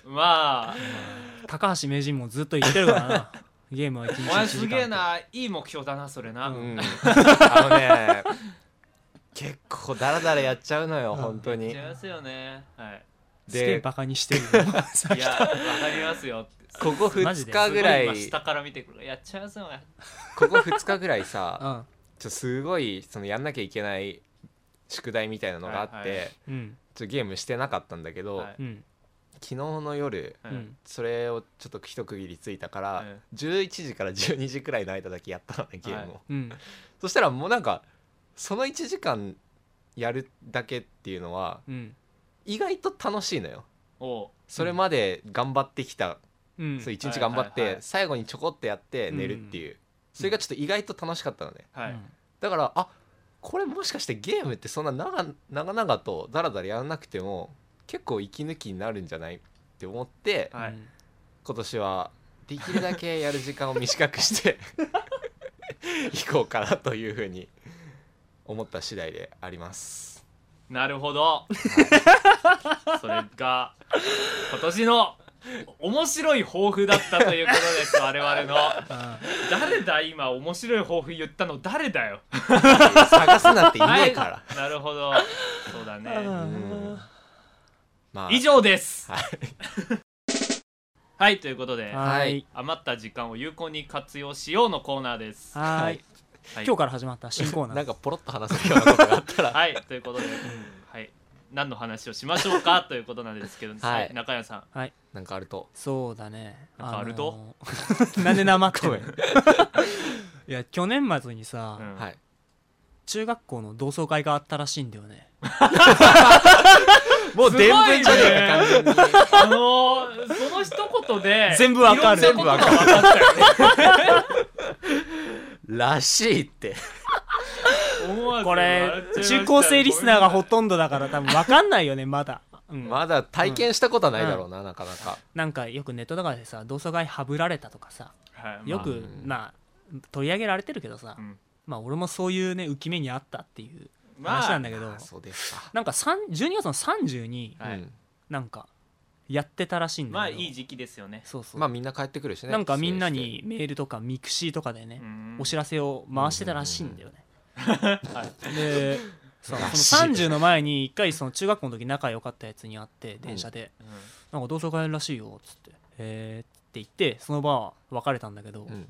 Speaker 1: まあ
Speaker 2: 高橋名人もずっと言ってるからなゲームは一日
Speaker 1: お
Speaker 2: 一時間
Speaker 1: 前すげえないい目標だなそれな、
Speaker 3: う
Speaker 1: うん
Speaker 3: んあのね結構ダラダラやっちゃうのよ
Speaker 2: うん
Speaker 3: 本当
Speaker 1: 違
Speaker 3: に
Speaker 1: いますよねはい
Speaker 2: すげえ
Speaker 3: で
Speaker 2: バカにしてるよ さっ
Speaker 1: い
Speaker 2: き
Speaker 1: やわかりますよって
Speaker 3: ここ
Speaker 2: マジ
Speaker 3: 2
Speaker 2: で
Speaker 3: 日ぐらい
Speaker 1: すご今下から見てくるやっちゃいますよね
Speaker 3: ここ2日ぐらいさ
Speaker 2: うん
Speaker 3: ちょすごいそのやんなきゃいけない宿題みたいなのがあって、
Speaker 1: はいはい
Speaker 2: うん
Speaker 3: ちょっとゲームしてなかったんだけど、
Speaker 1: はい
Speaker 2: うん
Speaker 3: 昨日の夜
Speaker 1: う
Speaker 2: うんん
Speaker 3: それをちょっと一区切りついたから、
Speaker 1: え
Speaker 3: 11時から12時くらいの間だけやったのねゲームを、
Speaker 1: はい
Speaker 2: うん
Speaker 3: そしたらもうなんかその1時間やるだけっていうのは
Speaker 2: うん
Speaker 3: 意外と楽しいのよ
Speaker 1: おう
Speaker 3: それまで頑張ってきた、
Speaker 2: うん
Speaker 3: そう1日頑張っ
Speaker 1: はい
Speaker 3: て、
Speaker 1: はいはい
Speaker 3: 最後にちょこっとやって寝るっていう、それがちょっと意外と楽しかったのね
Speaker 1: はい、
Speaker 3: だからあこれもしかしてゲームってそんな長長々とダラダラやらなくても結構息抜きになるんじゃないって思って
Speaker 1: はい
Speaker 2: うん
Speaker 3: 今年はできるだけやる時間を短くして いこうかなというふうに思った次第であります。
Speaker 1: なるほどそれが今年の面白い抱負だったということです我々の
Speaker 2: あ
Speaker 1: 誰だ今面白い抱負言ったの誰だよ
Speaker 3: 探すなって言えねえから。
Speaker 1: なるほどそうだね
Speaker 3: ん
Speaker 2: あ
Speaker 3: まあ、
Speaker 1: 以上です
Speaker 3: はい
Speaker 1: はいということで
Speaker 2: はい
Speaker 1: 余った時間を有効に活用しようのコーナーですは
Speaker 2: は
Speaker 3: は
Speaker 2: ーい
Speaker 3: い
Speaker 1: い
Speaker 2: 今日から始まった新コーナ
Speaker 3: なん
Speaker 2: ー
Speaker 3: かポロッと話せるようなことがあったら、
Speaker 1: はいということではい何の話をしましょうかということなんですけど、
Speaker 3: はい
Speaker 1: はい中谷さん
Speaker 3: なんかあると。
Speaker 2: そうだね
Speaker 1: なんかあると
Speaker 2: あのーなんでなまってん
Speaker 3: ご
Speaker 2: の
Speaker 3: めん。
Speaker 2: いや去年末にさ、
Speaker 1: うん
Speaker 3: はい。
Speaker 2: 中学校の同窓会があったらしいんだよね
Speaker 3: もう伝聞じゃねえか、完全に。
Speaker 1: あのー、その一言で
Speaker 2: 全部わかる
Speaker 1: いろんなことが分かったよね
Speaker 3: らしいって。
Speaker 1: 思わず
Speaker 2: これ
Speaker 1: 笑っちゃいましたよ
Speaker 2: 中高生リスナーがほとんどだから多分わかんないよねまだ、うん、
Speaker 3: まだ体験したことはないだろうな、なかなか。
Speaker 2: なんかよくネットとかでさ同窓会はぶられたとかさ
Speaker 1: はいまあ
Speaker 2: よく、
Speaker 3: うん
Speaker 2: まあ取り上げられてるけどさ、
Speaker 1: うん
Speaker 2: まあ俺もそういうね浮き目にあったっていう
Speaker 1: まあ
Speaker 2: 話なんだけど、
Speaker 3: あそうですか。
Speaker 2: なんか三12月の30に
Speaker 1: はい
Speaker 3: うん
Speaker 2: なんかやってたらしいんだけど
Speaker 1: まあいい時期ですよね
Speaker 2: そうそう、
Speaker 3: まあみんな帰ってくるしね。
Speaker 2: なんかみんなにメールとかミクシーとかでね、お知
Speaker 1: ら
Speaker 2: らせを回してたらしいんだよね、
Speaker 1: はい
Speaker 2: でそう
Speaker 3: らしい
Speaker 2: その30の前に一回その中学校の時仲良かったやつに会って電車で、
Speaker 1: うん
Speaker 2: なんか同窓会らしいよっつって「へえ」って言ってその場は別れたんだけど、
Speaker 3: うん。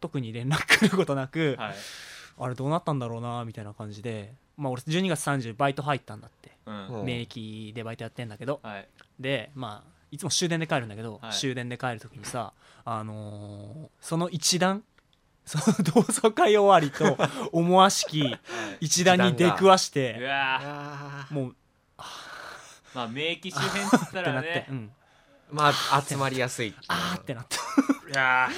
Speaker 2: 特に連絡来ることなく、
Speaker 1: はい
Speaker 2: あれどうなったんだろうなみたいな感じでまあ俺12月30バイト入ったんだって
Speaker 1: うん
Speaker 3: うん
Speaker 2: 免疫でバイトやってんだけど
Speaker 1: はい
Speaker 2: でまあいつも終電で帰るんだけど、
Speaker 1: はい
Speaker 2: 終電で帰る時にさあのーその一段 その同窓会終わりと思わしき
Speaker 1: はい
Speaker 2: 一段に出くわし
Speaker 1: う
Speaker 2: て
Speaker 1: わー
Speaker 3: あー
Speaker 2: もう
Speaker 1: まあ名疫周辺って言った
Speaker 2: ってな
Speaker 1: ら
Speaker 2: って、
Speaker 1: ね
Speaker 2: うん、
Speaker 3: まあ集まりやすい。
Speaker 2: あーってなった
Speaker 1: いや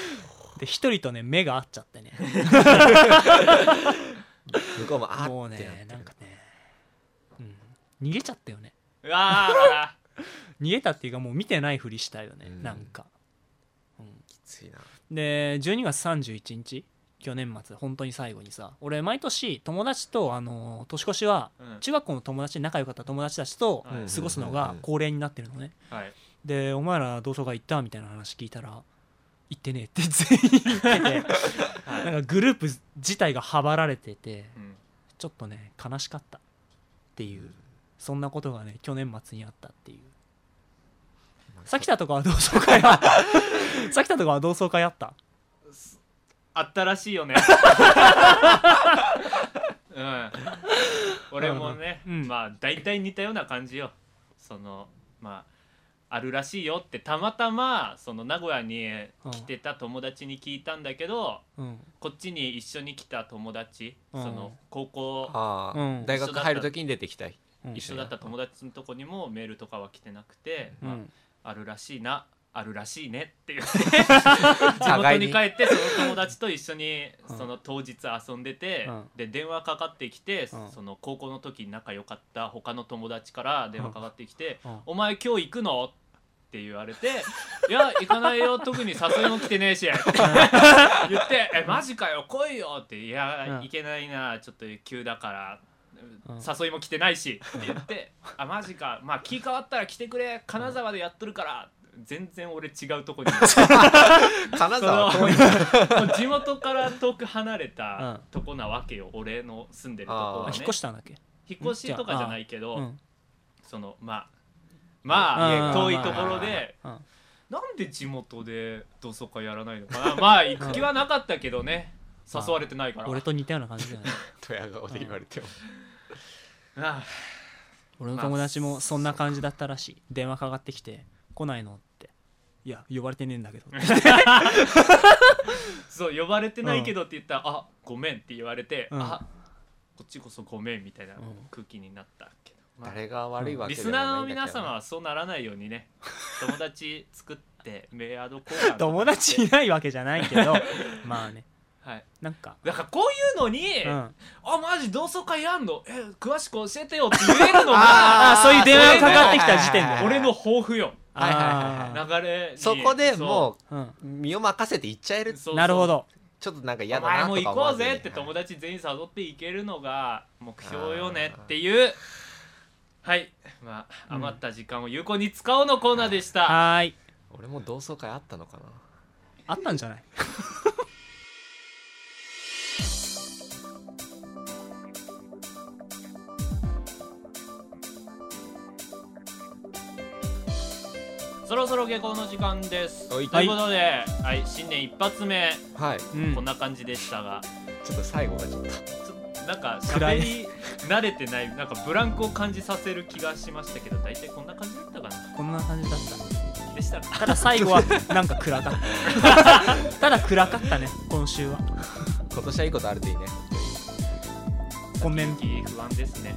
Speaker 2: で一人とね目が合っちゃってね
Speaker 3: 向こうもあーって
Speaker 2: もう
Speaker 3: なって
Speaker 2: ね
Speaker 3: る
Speaker 2: なんかね、うん、逃げちゃったよね
Speaker 1: ーうわ
Speaker 2: 逃げたっていうかもう見てないふりしたよね、
Speaker 3: うん
Speaker 2: なんか
Speaker 3: きついな。
Speaker 2: で12月31日去年末本当に最後にさ俺毎年友達と、あのー年越しは
Speaker 1: ーうん
Speaker 2: 中学校の友達仲良かった友達たちと
Speaker 1: はい
Speaker 2: 過ごすのが恒例になってるのね
Speaker 1: はい
Speaker 2: でお前ら同窓会行ったみたいな話聞いたら行ってねえって 全員言ってて
Speaker 1: はい
Speaker 2: なんかグループ自体がはばられてて
Speaker 1: うん
Speaker 2: ちょっとね悲しかったっていうそんなことがね去年末にあったっていうさきたとかは同窓会あったさきたとかは同窓会あった
Speaker 1: あったらしいよねうん俺もね、
Speaker 2: うん
Speaker 1: まあ大体似たような感じよそのまああるらしいよってたまたまその名古屋に来てた友達に聞いたんだけど、
Speaker 2: うん
Speaker 1: こっちに一緒に来た友達、
Speaker 2: うん
Speaker 1: その高校
Speaker 3: ああ、
Speaker 2: うん
Speaker 3: 大学入るときに出てきた。
Speaker 2: うん
Speaker 1: 一緒だった友達のとこにもメールとかは来てなくて、
Speaker 2: う
Speaker 1: ま
Speaker 2: ん
Speaker 1: あ、あるらしいなあるらしいねっていう地元
Speaker 3: 互い
Speaker 1: に
Speaker 3: に
Speaker 1: 帰ってその友達と一緒に
Speaker 2: うん
Speaker 1: その当日遊んでて、
Speaker 2: うん
Speaker 1: で電話かかってきて、
Speaker 2: うん
Speaker 1: その高校の時仲良かった他の友達から電話かかってきて「
Speaker 2: うん
Speaker 1: お前今日行くの?」って言われて 「いや行かないよ特に誘いも来てねえ し」って言って「えマジかよ来いよ」って「いや、
Speaker 2: うん
Speaker 1: 行けないなちょっと急だから」
Speaker 2: うん
Speaker 1: 誘いも来てないしって言って「あマジかまあ気変わったら来てくれ金沢でやっとるから」全然俺違うとこにそ
Speaker 3: 金沢
Speaker 1: の
Speaker 3: は遠い
Speaker 1: 地元から遠く離れた
Speaker 2: う
Speaker 1: と
Speaker 2: ん
Speaker 1: こなわけよ俺の住んでるとこ
Speaker 3: あ
Speaker 1: は
Speaker 2: あ
Speaker 1: ね
Speaker 2: 引っ越したんだっけ
Speaker 1: 引っ越しとかじゃないけ
Speaker 2: う
Speaker 1: ど、
Speaker 2: ん
Speaker 1: そのまあまあ
Speaker 2: う
Speaker 1: 遠
Speaker 2: ん
Speaker 1: いところで
Speaker 2: うん
Speaker 1: なんで地元で同窓会やらないのかなまあ行く気はなかったけどね
Speaker 2: うん
Speaker 1: 誘われてないから
Speaker 2: 俺と似たような感じだよね
Speaker 3: ドヤ顔で言われても
Speaker 1: あ
Speaker 2: 俺の友達もそんな感じだったらしい電話かかってきて来ないのっていや呼ばれてねえんだけど
Speaker 1: そう呼ばれてないけどって言ったら「あごめん」って言われて「
Speaker 2: うん
Speaker 1: あこっちこそごめん」みたいなん空気になったけど、まあ
Speaker 3: 誰が悪いわけ
Speaker 1: リ
Speaker 3: で
Speaker 1: ス
Speaker 3: もない
Speaker 1: ナーの
Speaker 3: んだけど
Speaker 1: 皆様はそうならないようにね友達作ってメアド交換とか
Speaker 2: 友達いないわけじゃないけどまあね
Speaker 1: はい
Speaker 2: なんか、
Speaker 1: だからこういうのに、
Speaker 2: うん、あ
Speaker 1: あマジ同窓会やんのえ詳しく教えてよって言えるのが
Speaker 2: あーそういう電話がかかってきた時点
Speaker 3: あ
Speaker 2: で
Speaker 3: ー
Speaker 1: 俺の抱負よ
Speaker 3: はいはいはい
Speaker 1: 流
Speaker 2: あ
Speaker 1: れに
Speaker 3: そこでも
Speaker 2: ーうん
Speaker 3: う身を任せて行っちゃえる
Speaker 1: そうそう
Speaker 2: なるほど
Speaker 3: ちょっとなんか
Speaker 1: お
Speaker 3: 嫌だ
Speaker 1: 前
Speaker 3: なとか思
Speaker 1: も行こ
Speaker 3: わ
Speaker 1: う
Speaker 3: ずに
Speaker 1: ぜって友達全員誘っていけるのが目標よね
Speaker 3: あー
Speaker 1: っていうはいまあ
Speaker 2: うん
Speaker 1: 余った時間を有効に使おうのコーナーでした、
Speaker 2: はーい
Speaker 3: 俺も同窓会あったのかな
Speaker 2: あったんじゃない
Speaker 1: そろそろ下校の時間ですと
Speaker 3: はいいう
Speaker 1: ことで、はい、新年一発目
Speaker 3: はい
Speaker 2: うん
Speaker 1: こんな感じでしたが、
Speaker 3: ちょっと最後がちょっと
Speaker 1: ちょなんか
Speaker 2: 暗
Speaker 1: 喋
Speaker 2: い
Speaker 1: り慣れてないなんかブランクを感じさせる気がしましたけど大体こんな感じだったかな
Speaker 2: こんな感じだった
Speaker 1: でしたか
Speaker 2: ただ最後はなんか暗かった ただ暗かったね今週は
Speaker 3: 今年はいいことあるといいね
Speaker 2: ごめん
Speaker 1: いい不安ですね、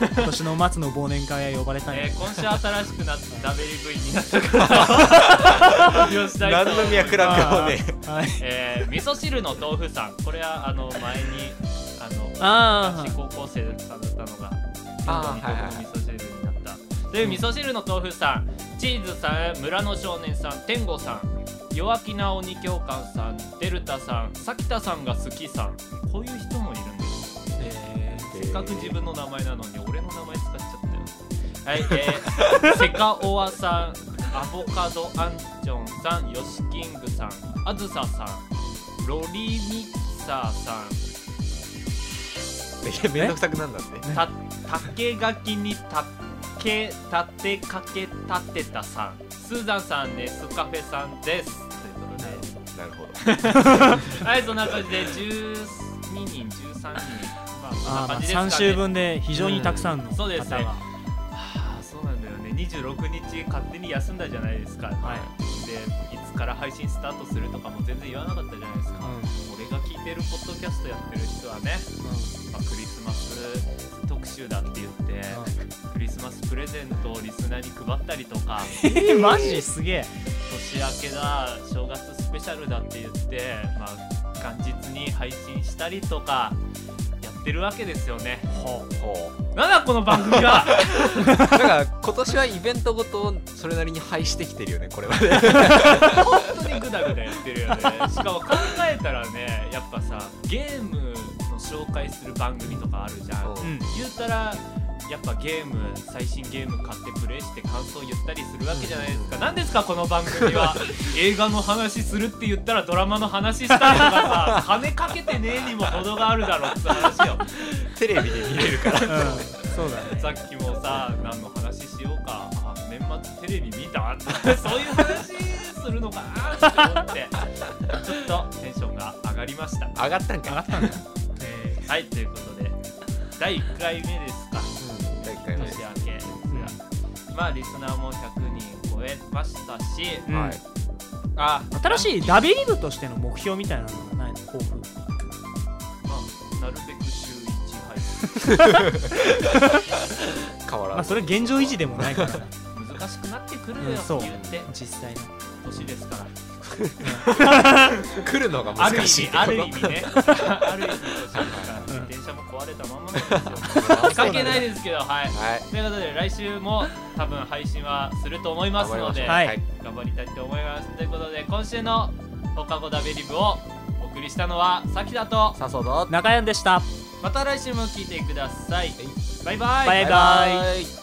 Speaker 2: 今年の末の忘年会は呼ばれたんや
Speaker 1: えー今週新しくなった WV になったから 発表したいと思います
Speaker 3: 何の脈絡
Speaker 2: あ
Speaker 3: ね
Speaker 2: ーはい
Speaker 1: えー味噌汁の豆腐さんこれはあの前にあの
Speaker 2: あ
Speaker 1: 私高校生だったのが
Speaker 3: あーはいはい
Speaker 1: 味噌汁になったという味噌汁の豆腐さんチーズさん村の少年さん天吾さん弱気な鬼教官さんデルタさんさきたさんが好きさんこういう人もいるんです
Speaker 2: え
Speaker 1: せっかく自分の名前なのに俺の名前使っちゃった よはいえー、セカオワさんアボカドアンチョンさんヨシキングさんあずささんロリミキサーさん
Speaker 3: いやめんどくさくなんだって
Speaker 1: た竹垣に竹立てかけ立てたさんスーザンさんネスカフェさんですということ
Speaker 3: なるほど
Speaker 1: ではいそんな感じで12人13人まあそん
Speaker 2: あ
Speaker 1: な
Speaker 2: ーま
Speaker 1: 感
Speaker 2: あ
Speaker 1: じですかね
Speaker 2: 3週分で非常にたくさんの
Speaker 1: うんそ
Speaker 2: 方
Speaker 1: う
Speaker 2: が
Speaker 1: ですねはあそうなんだよね26日勝手に休んだじゃないですか、
Speaker 2: はい
Speaker 1: でいつから配信スタートするとかも全然言わなかったじゃないですか、俺が聞いてるポッドキャストやってる人はね、まあ、クリスマス特集だって言って、クリスマスプレゼントをリスナーに配ったりとか
Speaker 2: えーマジすげえ
Speaker 1: 年明けだ正月スペシャルだって言って、まあ、元日に配信したりとかやってるわけですよねなんだこの番組は
Speaker 3: だから今年はイベントごとをそれなりに廃してきてるよねこれはね
Speaker 1: 本当にグダグダやってるよねしかも考えたらねやっぱさゲームの紹介する番組とかあるじゃん
Speaker 3: う
Speaker 2: うん
Speaker 1: 言うたらやっぱゲーム最新ゲーム買ってプレイして感想言ったりするわけじゃないですか何ですかこの番組 は映画の話するって言ったらドラマの話したりとかさ金かけてねえにも程があるだろって話 よ
Speaker 3: テレビで見れるから
Speaker 2: うんそうだね
Speaker 1: さっきもさ何の話しようかあ年末テレビ見たそういう話するのかなって思ってちょっとテンションが上がりました、
Speaker 3: 上がったんか上がったんだ
Speaker 1: えーはいということで第1回目ですか
Speaker 3: 第1回目
Speaker 1: 年明けですが、まあリスナーも100人超えましたし、
Speaker 2: うん
Speaker 3: はい
Speaker 1: あ
Speaker 2: 新しいダビリブとしての目標みたいなのがないの抱負
Speaker 1: まあなるべく週1配信
Speaker 3: 変わら
Speaker 2: まあ
Speaker 3: ず
Speaker 2: それ現状維持でもないから
Speaker 1: 難しくなってくくるよ、
Speaker 2: うんそう
Speaker 1: 言うて
Speaker 2: 実際の
Speaker 1: 年ですから
Speaker 3: 来るのが
Speaker 1: ある意
Speaker 3: 難しい
Speaker 1: 味
Speaker 3: ってこと
Speaker 1: ある意味 ねある意味年ですから
Speaker 2: うん
Speaker 1: 自転車も壊れたまんまなんですよ関係ないですけどはい
Speaker 3: はい
Speaker 1: ということで来週も多分配信はすると思いますので、
Speaker 3: 頑張りましょう
Speaker 2: はい
Speaker 1: 頑張りたいと思いますということで今週の「放課後ダベリブ」をお送りしたのはさきだと
Speaker 3: さあそうだ
Speaker 2: 中山でした
Speaker 1: また来週も聞いてくださいバイバイ
Speaker 2: バイバイ
Speaker 3: バイ